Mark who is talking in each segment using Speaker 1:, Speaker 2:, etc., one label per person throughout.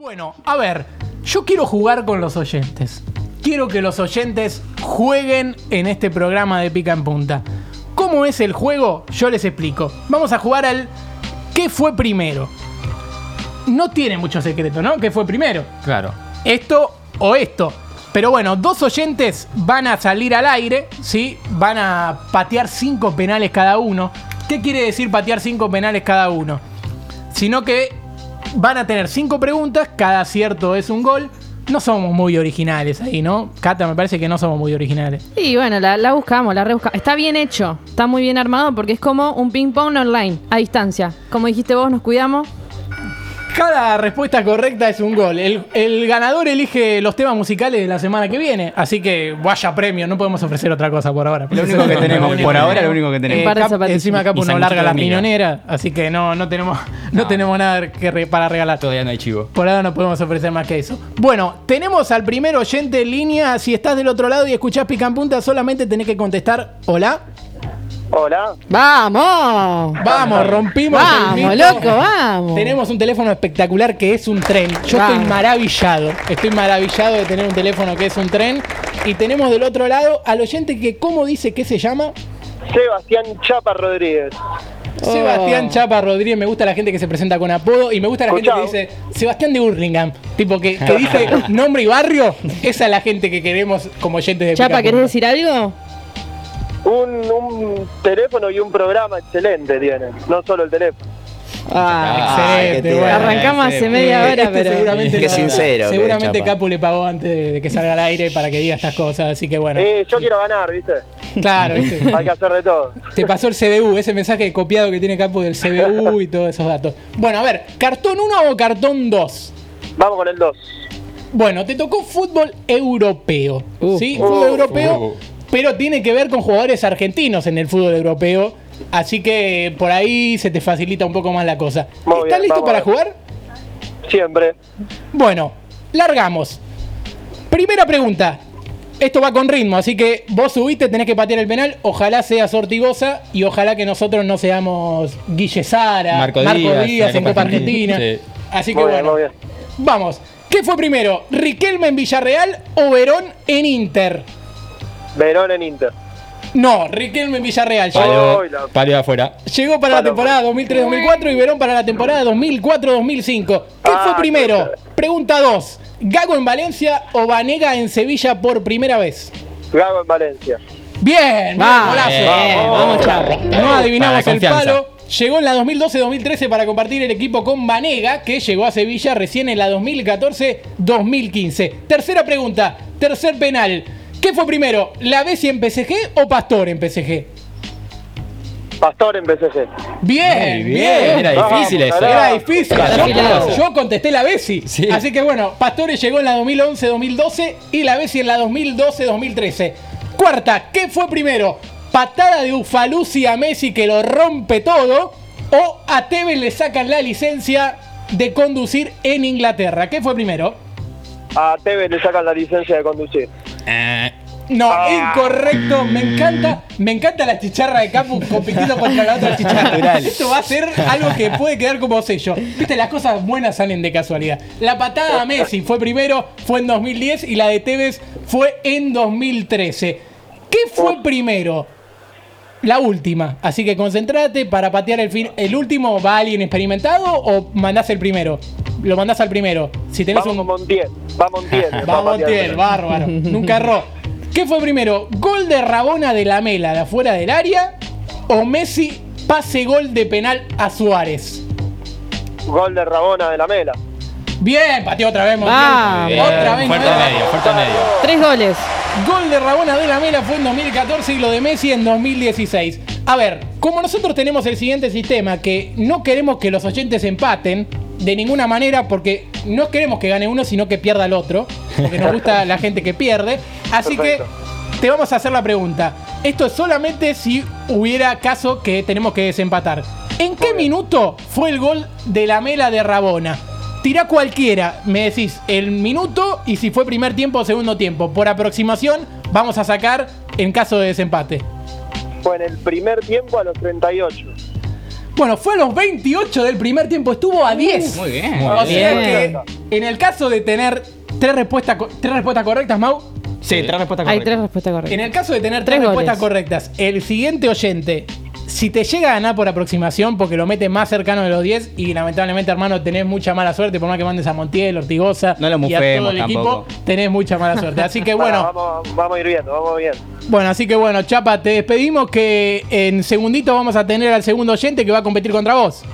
Speaker 1: Bueno, a ver, yo quiero jugar con los oyentes. Quiero que los oyentes jueguen en este programa de Pica en Punta. ¿Cómo es el juego? Yo les explico. Vamos a jugar al ¿Qué fue primero? No tiene mucho secreto, ¿no? ¿Qué fue primero?
Speaker 2: Claro.
Speaker 1: esto o esto. Pero bueno, dos oyentes van a salir al aire, ¿sí? Van a patear cinco penales cada uno. ¿Qué quiere decir patear cinco penales cada uno? Sino que van a tener cinco preguntas, cada acierto es un gol. No somos muy originales ahí, ¿no? Cata, me parece que no somos muy originales.
Speaker 3: Y bueno, la, la buscamos, la rebuscamos. Está bien hecho, está muy bien armado porque es como un ping-pong online, a distancia. Como dijiste vos, nos cuidamos.
Speaker 1: Cada respuesta correcta es un gol. El, el ganador elige los temas musicales de la semana que viene. Así que vaya premio, no podemos ofrecer otra cosa por ahora.
Speaker 2: Lo único que tenemos por ahora, lo único que
Speaker 1: Eh,
Speaker 2: tenemos.
Speaker 3: par de
Speaker 1: Cap-
Speaker 3: zapatillas.
Speaker 1: encima Capu
Speaker 2: Y
Speaker 1: no
Speaker 2: sanguchito
Speaker 1: larga
Speaker 2: de
Speaker 1: la
Speaker 2: miga.
Speaker 1: piñonera, así que no, no tenemos, no,
Speaker 2: No.
Speaker 1: tenemos nada que re- para regalar.
Speaker 2: Todavía no hay chivo.
Speaker 1: Por ahora no podemos ofrecer más que eso. Bueno, tenemos al primer oyente en línea. Si estás del otro lado y escuchás Pica en Punta, solamente tenés que contestar hola.
Speaker 4: Hola,
Speaker 3: ¡Vamos!
Speaker 1: Vamos, rompimos el
Speaker 3: ¡Vamos,
Speaker 1: mito.
Speaker 3: loco, vamos!
Speaker 1: Tenemos un teléfono espectacular que es un tren. Yo
Speaker 3: Vamos.
Speaker 1: estoy maravillado. Estoy maravillado de tener un teléfono que es un tren. Y tenemos del otro lado al oyente que, ¿cómo dice que se llama?
Speaker 4: Sebastián Chapa Rodríguez.
Speaker 3: Oh.
Speaker 1: Sebastián Chapa Rodríguez, me gusta la gente que se presenta con apodo y me gusta la gente que
Speaker 4: Escuchá.
Speaker 1: dice Sebastián de Hurlingham, tipo que,
Speaker 3: Ah.
Speaker 1: que dice nombre y barrio, esa es la gente que queremos como oyentes de
Speaker 3: Chapa,
Speaker 1: Picapunta.
Speaker 3: ¿querés decir algo?
Speaker 4: Un, un teléfono y un programa excelente tiene, no solo el teléfono.
Speaker 3: Ah,
Speaker 1: Excelente, bueno.
Speaker 3: Arrancamos hace media
Speaker 1: Este
Speaker 3: hora, pero.
Speaker 1: seguramente
Speaker 5: Qué
Speaker 1: no-
Speaker 5: sincero que
Speaker 1: seguramente
Speaker 5: es Chapa.
Speaker 1: Capu le pagó antes de, de que salga al aire para que diga estas cosas, así que bueno.
Speaker 4: Eh, yo quiero ganar, ¿viste?
Speaker 1: Claro, ¿viste?
Speaker 4: Hay que hacer de todo.
Speaker 1: te pasó el CBU, ese mensaje copiado que tiene Capu del CBU y todos esos datos. Bueno, a ver, ¿cartón 1 o cartón 2?
Speaker 4: Vamos con el 2.
Speaker 1: Bueno, te tocó fútbol europeo.
Speaker 3: Uh.
Speaker 1: ¿Sí? Fútbol
Speaker 4: Uh.
Speaker 1: europeo,
Speaker 2: Uh.
Speaker 1: pero tiene que ver con jugadores argentinos en el fútbol europeo. Así que por ahí se te facilita un poco más la cosa.
Speaker 4: Muy
Speaker 1: ¿Estás
Speaker 4: bien,
Speaker 1: listo
Speaker 4: vamos
Speaker 1: para
Speaker 4: a ver.
Speaker 1: jugar?
Speaker 4: Siempre.
Speaker 1: Bueno, largamos. Primera pregunta. Esto va con ritmo, así que vos subiste, tenés que patear el penal. Ojalá seas Ortigosa y ojalá que nosotros no seamos Guille Sara,
Speaker 2: Marco Díaz, la
Speaker 1: en
Speaker 2: Copa
Speaker 1: Copa Argentina.
Speaker 2: Argentina.
Speaker 1: Así que
Speaker 4: Muy bien,
Speaker 1: bueno.
Speaker 4: muy bien.
Speaker 1: Vamos, ¿qué fue primero? ¿Riquelme en Villarreal o Verón en Inter?
Speaker 4: Verón en Inter.
Speaker 1: No, Riquelme en Villarreal. Llegó,
Speaker 2: Palo,
Speaker 4: Ay, la-
Speaker 2: palo afuera.
Speaker 1: llegó para la
Speaker 4: Palo.
Speaker 1: temporada 2003-2004 y Verón para la temporada 2004-2005. ¿Qué
Speaker 4: Ah,
Speaker 1: fue primero?
Speaker 4: qué-
Speaker 1: Pregunta 2. ¿Gago en Valencia o Vanega en Sevilla por primera vez?
Speaker 4: Gago en Valencia.
Speaker 1: Bien, bien,
Speaker 3: Vamos,
Speaker 1: golazo.
Speaker 2: vamos.
Speaker 1: Vamos, Chapo. No adivinamos
Speaker 2: Para
Speaker 1: el
Speaker 2: la confianza.
Speaker 1: palo. Llegó en la 2012-2013 para compartir el equipo con Vanega, que llegó a Sevilla recién en la 2014-2015. Tercera pregunta, tercer penal. ¿Qué fue primero, la Bessi en PSG o Pastor en PSG?
Speaker 4: Pastor en BCC.
Speaker 1: Bien, bien.
Speaker 2: Muy bien. Era
Speaker 4: Vamos,
Speaker 2: difícil eso.
Speaker 4: carajo.
Speaker 1: Era difícil. Yo,
Speaker 2: Perfilado.
Speaker 1: yo contesté la Bessi.
Speaker 2: Sí.
Speaker 1: Así que bueno, Pastore llegó en la 2011-2012 y la Bessi en la 2012-2013. Cuarta, ¿qué fue primero? ¿Patada de Ufalusi a Messi que lo rompe todo? ¿O a Tevez le sacan la licencia de conducir en Inglaterra? ¿Qué fue primero?
Speaker 4: A TV le sacan la licencia de conducir.
Speaker 2: Eh,
Speaker 1: No, incorrecto. Me encanta, me encanta la chicharra de Capu compitiendo contra la otra chicharra.
Speaker 2: Natural.
Speaker 1: Esto va a ser algo que puede quedar como sello. Viste, las cosas buenas salen de casualidad. La patada a Messi fue primero, fue en 2010 y la de Tevez fue en 2013. ¿Qué fue primero? La última. Así que concentrate para patear el fin. ¿El último va alguien experimentado o mandás el primero? Lo mandás al primero. Si tenés
Speaker 4: Vamos
Speaker 1: un
Speaker 4: Montiel. Va Montiel.
Speaker 1: Va
Speaker 4: Papá,
Speaker 1: Montiel,
Speaker 4: tío.
Speaker 1: bárbaro. Nunca erró. ¿Qué fue primero? ¿Gol de Rabona de la Mela de afuera del área? ¿O Messi pase gol de penal a Suárez?
Speaker 4: Gol de Rabona de la Mela.
Speaker 1: Bien, pateó otra vez Montiel.
Speaker 3: Vamos.
Speaker 2: bien.
Speaker 1: Otra vez
Speaker 2: Fuerte
Speaker 1: Montiel.
Speaker 2: medio, fuerte medio.
Speaker 3: Tres goles.
Speaker 1: Gol de Rabona de la Mela fue en 2014 y lo de Messi en 2016. A ver, como nosotros tenemos el siguiente sistema, que no queremos que los oyentes empaten de ninguna manera, porque no queremos que gane uno, sino que pierda el otro, porque nos gusta la gente que pierde. Así que te vamos a hacer la pregunta. Esto es solamente si hubiera caso que tenemos que desempatar. ¿En qué minuto fue el gol de la Mela de Rabona? Tira cualquiera, me decís el minuto y si fue primer tiempo o segundo tiempo. Por aproximación, vamos a sacar en caso de desempate.
Speaker 4: Fue en el primer tiempo a los 38.
Speaker 1: Bueno, fue a los 28 del primer tiempo, estuvo a 10.
Speaker 2: Uh, Muy bien. Ah,
Speaker 1: O
Speaker 2: Muy
Speaker 1: sea
Speaker 2: bien.
Speaker 1: que en el caso de tener tres respuestas, co- tres respuestas correctas, Mau,
Speaker 2: Sí, tres respuestas
Speaker 3: Hay tres
Speaker 2: correctas.
Speaker 3: respuestas
Speaker 1: en
Speaker 3: correctas.
Speaker 1: el caso de tener tres,
Speaker 3: Tres goles.
Speaker 1: respuestas correctas, el siguiente oyente, si te llega a ganar por aproximación, porque lo mete más cercano de los 10, y lamentablemente, hermano, tenés mucha mala suerte, por más que mandes a Montiel, Ortigosa
Speaker 2: No lo
Speaker 1: y a todo
Speaker 2: mufemos
Speaker 1: el
Speaker 2: tampoco.
Speaker 1: equipo, tenés mucha mala suerte. Así que
Speaker 4: Bueno,
Speaker 1: Eh, bueno,
Speaker 4: vamos, vamos a ir viendo, vamos viendo.
Speaker 1: bueno, así que bueno, Chapa, te despedimos que en segundito vamos a tener al segundo oyente que va a competir contra vos.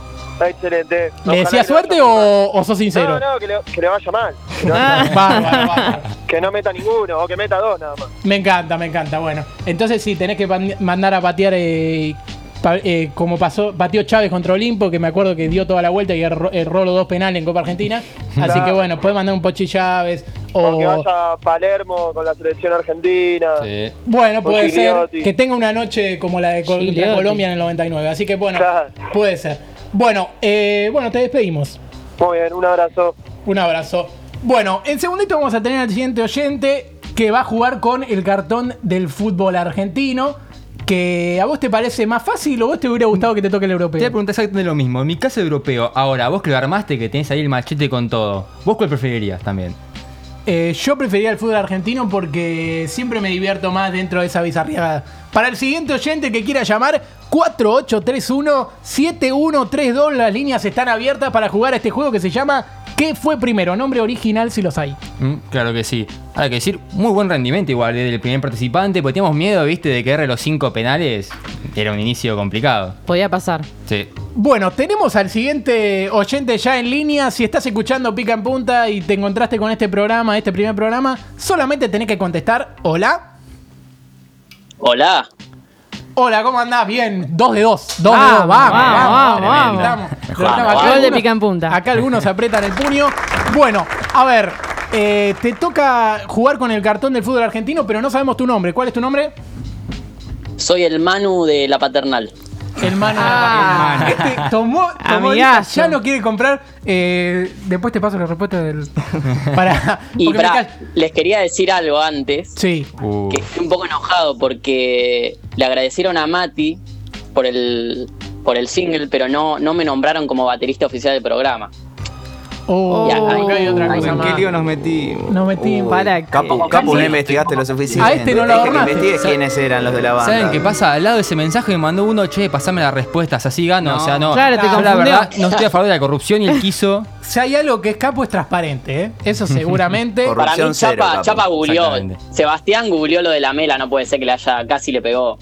Speaker 4: Excelente.
Speaker 1: ¿Le
Speaker 4: Ojalá
Speaker 1: decías
Speaker 4: que vaya
Speaker 1: suerte
Speaker 4: bien.
Speaker 1: o, o sos sincero?
Speaker 4: No, no, que le, que le vaya mal. Que no,
Speaker 3: Ah.
Speaker 1: Bárbaro, bárbaro.
Speaker 4: que no meta ninguno, o que meta dos nada más.
Speaker 1: Me encanta, me encanta. Bueno, entonces sí, tenés que pan- mandar a patear eh, pa- eh, como pasó, pateó Chávez contra Olimpo, que me acuerdo que dio toda la vuelta y erró, erró los dos penales en Copa Argentina. Así
Speaker 4: Claro.
Speaker 1: que bueno, puedes mandar un Pochi Chávez
Speaker 4: O que
Speaker 1: o...
Speaker 4: vaya a Palermo con la selección argentina.
Speaker 2: Sí.
Speaker 1: Bueno, puede
Speaker 4: Pochi
Speaker 1: ser
Speaker 4: Gigliotti.
Speaker 1: que tenga una noche como la de Col-
Speaker 3: Gigliotti.
Speaker 1: contra Colombia en el 99. Así que bueno,
Speaker 4: Claro.
Speaker 1: puede ser. Bueno, eh, bueno, te despedimos.
Speaker 4: Muy bien, un abrazo.
Speaker 1: Un abrazo. Bueno, en segundito vamos a tener al siguiente oyente que va a jugar con el cartón del fútbol argentino. Que a vos te parece más fácil o vos te hubiera gustado que te toque el
Speaker 2: Te voy a
Speaker 1: europeo.
Speaker 2: preguntar exactamente lo mismo. En mi caso europeo, ahora, vos que lo armaste, que tenés ahí el machete con todo, ¿vos cuál preferirías también?
Speaker 1: Eh, yo prefería el fútbol argentino porque siempre me divierto más dentro de esa bizarriada. Para el siguiente oyente que quiera llamar, 4831-7132. Las líneas están abiertas para jugar a este juego que se llama ¿Qué fue primero? Nombre original si los hay.
Speaker 2: Mm, Claro que sí. Ahora que decir, muy buen rendimiento igual eh, del primer participante, porque teníamos miedo, viste, de que erre los cinco penales. Era un inicio complicado.
Speaker 3: Podía pasar.
Speaker 2: Sí.
Speaker 1: Bueno, tenemos al siguiente oyente ya en línea. Si estás escuchando Pica en Punta y te encontraste con este programa, este primer programa, solamente tenés que contestar hola.
Speaker 5: Hola,
Speaker 1: Hola, ¿cómo andás? Bien, dos de dos. Dos de
Speaker 3: Vamos,
Speaker 1: dos. Vamos, vamos,
Speaker 3: vamos,
Speaker 1: vamos.
Speaker 3: vamos.
Speaker 1: Levantamos,
Speaker 2: Tremendo.
Speaker 1: levantamos. Acá
Speaker 5: Vamos.
Speaker 3: Gol de
Speaker 1: algunos-
Speaker 3: Pica en Punta.
Speaker 1: Acá algunos apretan el puño. Bueno, a ver, eh, te toca jugar con el cartón del fútbol argentino, pero no sabemos tu nombre. ¿Cuál es tu nombre?
Speaker 5: soy el Manu de la paternal.
Speaker 1: El mano.
Speaker 3: Ah.
Speaker 1: El mano. Este tomó, tomó
Speaker 3: Amigazo.
Speaker 1: lista, ya no quiere comprar. eh, después te paso la respuesta del. Para.
Speaker 5: Y
Speaker 1: porque me
Speaker 5: pará,
Speaker 1: ca-
Speaker 5: les quería decir algo antes,
Speaker 1: Sí.
Speaker 2: Uh,
Speaker 5: que estoy un poco enojado porque le agradecieron a Mati por el por el single, pero no, no me nombraron como baterista oficial del programa.
Speaker 1: Oh,
Speaker 5: Ya, ahí.
Speaker 1: acá hay otra
Speaker 5: Ahí.
Speaker 1: cosa
Speaker 6: ¿En
Speaker 1: más.
Speaker 6: qué lío nos metimos?
Speaker 1: Nos metimos.
Speaker 6: Uy,
Speaker 3: Para que-
Speaker 6: Capo, capo, no investigaste lo suficiente.
Speaker 1: A este no lo
Speaker 6: Dije que
Speaker 1: adornaste.
Speaker 6: investigues quiénes eran los de la banda. eh.
Speaker 2: ¿Saben qué pasa? Al lado de ese mensaje me mandó uno, che, pasame las respuestas, así gano. O sea, no.
Speaker 3: Claro, te
Speaker 2: yo la
Speaker 3: confundió.
Speaker 2: verdad no estoy a favor de la corrupción y el quiso.
Speaker 1: Si hay algo que es capo es transparente, ¿eh? Eso seguramente.
Speaker 6: Correcto.
Speaker 5: Para mí
Speaker 6: Corrupción cero,
Speaker 5: Chapa,
Speaker 6: capo.
Speaker 5: Chapa googleó,
Speaker 2: Exactamente.
Speaker 5: Sebastián googleó lo de la mela, no puede ser que le haya, casi le pegó.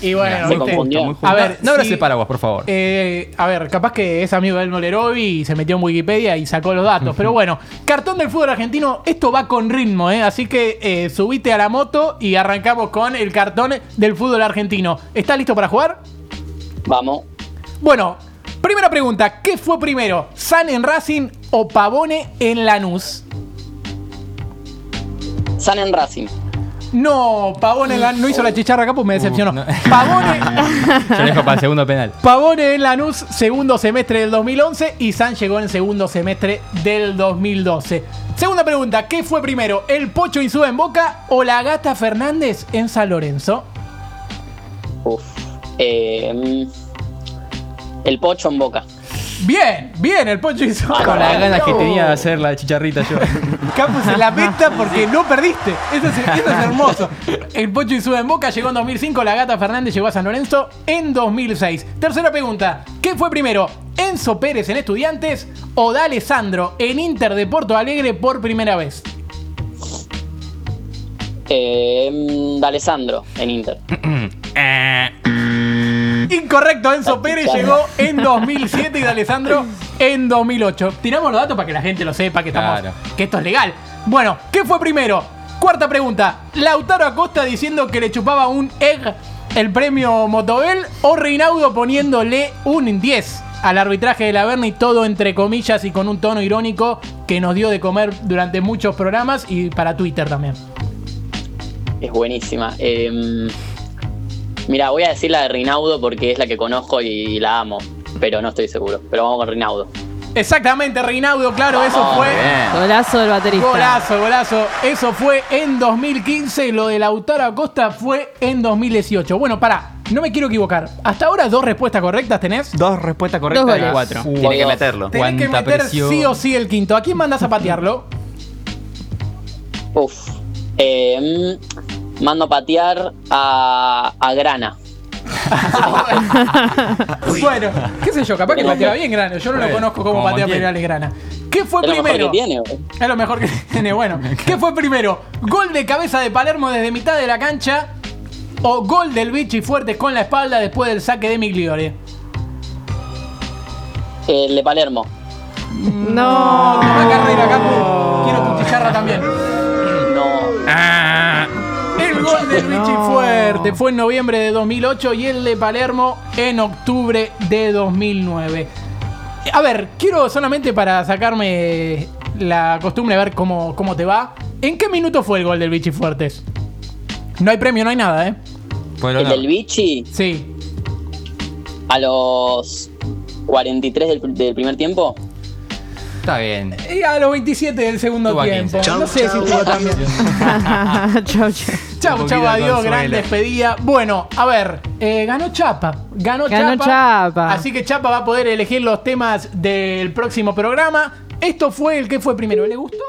Speaker 1: y bueno,
Speaker 5: se
Speaker 1: viste,
Speaker 5: confundió.
Speaker 1: A ver,
Speaker 2: no,
Speaker 1: sí.
Speaker 2: abrace paraguas, por favor.
Speaker 1: eh, a ver, capaz que es amigo del Molerovi y se metió en Wikipedia y sacó los datos. Pero bueno, cartón del fútbol argentino, esto va con ritmo, ¿eh? Así que eh, subite a la moto y arrancamos con el cartón del fútbol argentino. ¿Está listo para jugar?
Speaker 5: Vamos.
Speaker 1: Bueno, primera pregunta: ¿qué fue primero? ¿San en Racing o Pavone en Lanús?
Speaker 5: San en Racing.
Speaker 1: No, Pavone en Lanús. No hizo la chicharra acá, pues me decepcionó.
Speaker 2: Uh, no.
Speaker 1: Pavone,
Speaker 2: Yo lo dejo para el segundo penal.
Speaker 1: Pavone en Lanús, segundo semestre del 2011. Y San llegó en segundo semestre del 2012. Segunda pregunta: ¿qué fue primero? ¿El Pocho Insúa en Boca o la Gata Fernández en San Lorenzo?
Speaker 5: Uf. Eh, mm, el pocho en boca.
Speaker 1: Bien, bien, el Pocho Insúa.
Speaker 2: Con las ganas que
Speaker 1: No.
Speaker 2: tenía de hacer la chicharrita yo.
Speaker 1: Campos en la meta porque no perdiste. Eso es, eso es hermoso. El Pocho Insúa en Boca llegó en 2005, la Gata Fernández llegó a San Lorenzo en 2006. Tercera pregunta, ¿qué fue primero? ¿Enzo Pérez en Estudiantes o D'Alessandro en Inter de Porto Alegre por primera vez?
Speaker 5: Eh, mm, de Alessandro en Inter.
Speaker 1: Incorrecto, Enzo Pérez llegó en 2007 y D'Alessandro en 2008. Tiramos los datos para que la gente lo sepa que, estamos,
Speaker 2: Claro.
Speaker 1: que esto es legal. Bueno, ¿qué fue primero? Cuarta pregunta. Lautaro Acosta diciendo que le chupaba un egg el premio Motobel o Reinaudo poniéndole un 10 al arbitraje de la Berni, todo entre comillas y con un tono irónico que nos dio de comer durante muchos programas y para Twitter también.
Speaker 5: Es buenísima. Eh, mira, voy a decir la de Rinaudo porque es la que conozco y la amo. Pero no estoy seguro. Pero vamos con Rinaudo.
Speaker 1: Exactamente, Reinaudo, claro, eso fue...
Speaker 3: Golazo del baterista.
Speaker 1: Golazo, golazo. Eso fue en 2015. Lo de Lautaro Acosta fue en 2018. Bueno, pará. no me quiero equivocar. Hasta ahora dos respuestas correctas tenés.
Speaker 6: Dos respuestas correctas
Speaker 3: Dos
Speaker 6: de
Speaker 3: goles.
Speaker 6: cuatro.
Speaker 2: Uy,
Speaker 6: Tiene que
Speaker 5: dos.
Speaker 6: meterlo.
Speaker 1: Tenés que
Speaker 2: Cuánta
Speaker 1: meter
Speaker 2: presión.
Speaker 1: sí o sí el quinto. ¿A quién mandás a patearlo?
Speaker 5: Uf. Eh, mm, mando a patear a, a Grana.
Speaker 1: bueno, qué sé yo, capaz que pateaba bien Grano. Yo no lo
Speaker 2: Bueno,
Speaker 1: conozco como
Speaker 2: como
Speaker 1: patea
Speaker 2: Montiel.
Speaker 1: penales Grana. ¿Qué fue
Speaker 5: Es lo mejor
Speaker 1: primero?
Speaker 5: que tiene, boludo.
Speaker 1: Es lo mejor que tiene. Bueno, ¿qué fue primero? ¿Gol de cabeza de Palermo desde mitad de la cancha? ¿O gol del Vichy fuerte con la espalda después del saque de Migliore?
Speaker 5: El de Palermo.
Speaker 3: No.
Speaker 1: Toma carrera, Capu. Quiero tu chicharra también.
Speaker 5: No.
Speaker 1: El gol del Vichy
Speaker 3: No.
Speaker 1: fuerte fue en noviembre de 2008 y el de Palermo en octubre de 2009. A ver, quiero solamente para sacarme la costumbre de ver cómo, cómo te va. ¿En qué minuto fue el gol del Vichy Fuertes? No hay premio, no hay nada, ¿eh?
Speaker 2: Por
Speaker 5: El
Speaker 2: honor.
Speaker 5: del Vichy
Speaker 1: Sí.
Speaker 5: a los 43 del, pr- del primer tiempo.
Speaker 2: Está bien.
Speaker 1: Y a los 27 del segundo
Speaker 2: Tuvo a
Speaker 1: tiempo.
Speaker 2: 15.
Speaker 1: no sé si tuvo también.
Speaker 3: chau, chau.
Speaker 1: Chau,
Speaker 6: Un
Speaker 1: chau,
Speaker 6: poquito de
Speaker 1: adiós, gran
Speaker 6: consuelo.
Speaker 1: despedida. Bueno, a ver, eh, ganó Chapa. Ganó,
Speaker 3: Ganó
Speaker 1: Chapa,
Speaker 3: Chapa.
Speaker 1: Así que Chapa va a poder elegir los temas del próximo programa. Esto fue el que fue primero. ¿Le gustó?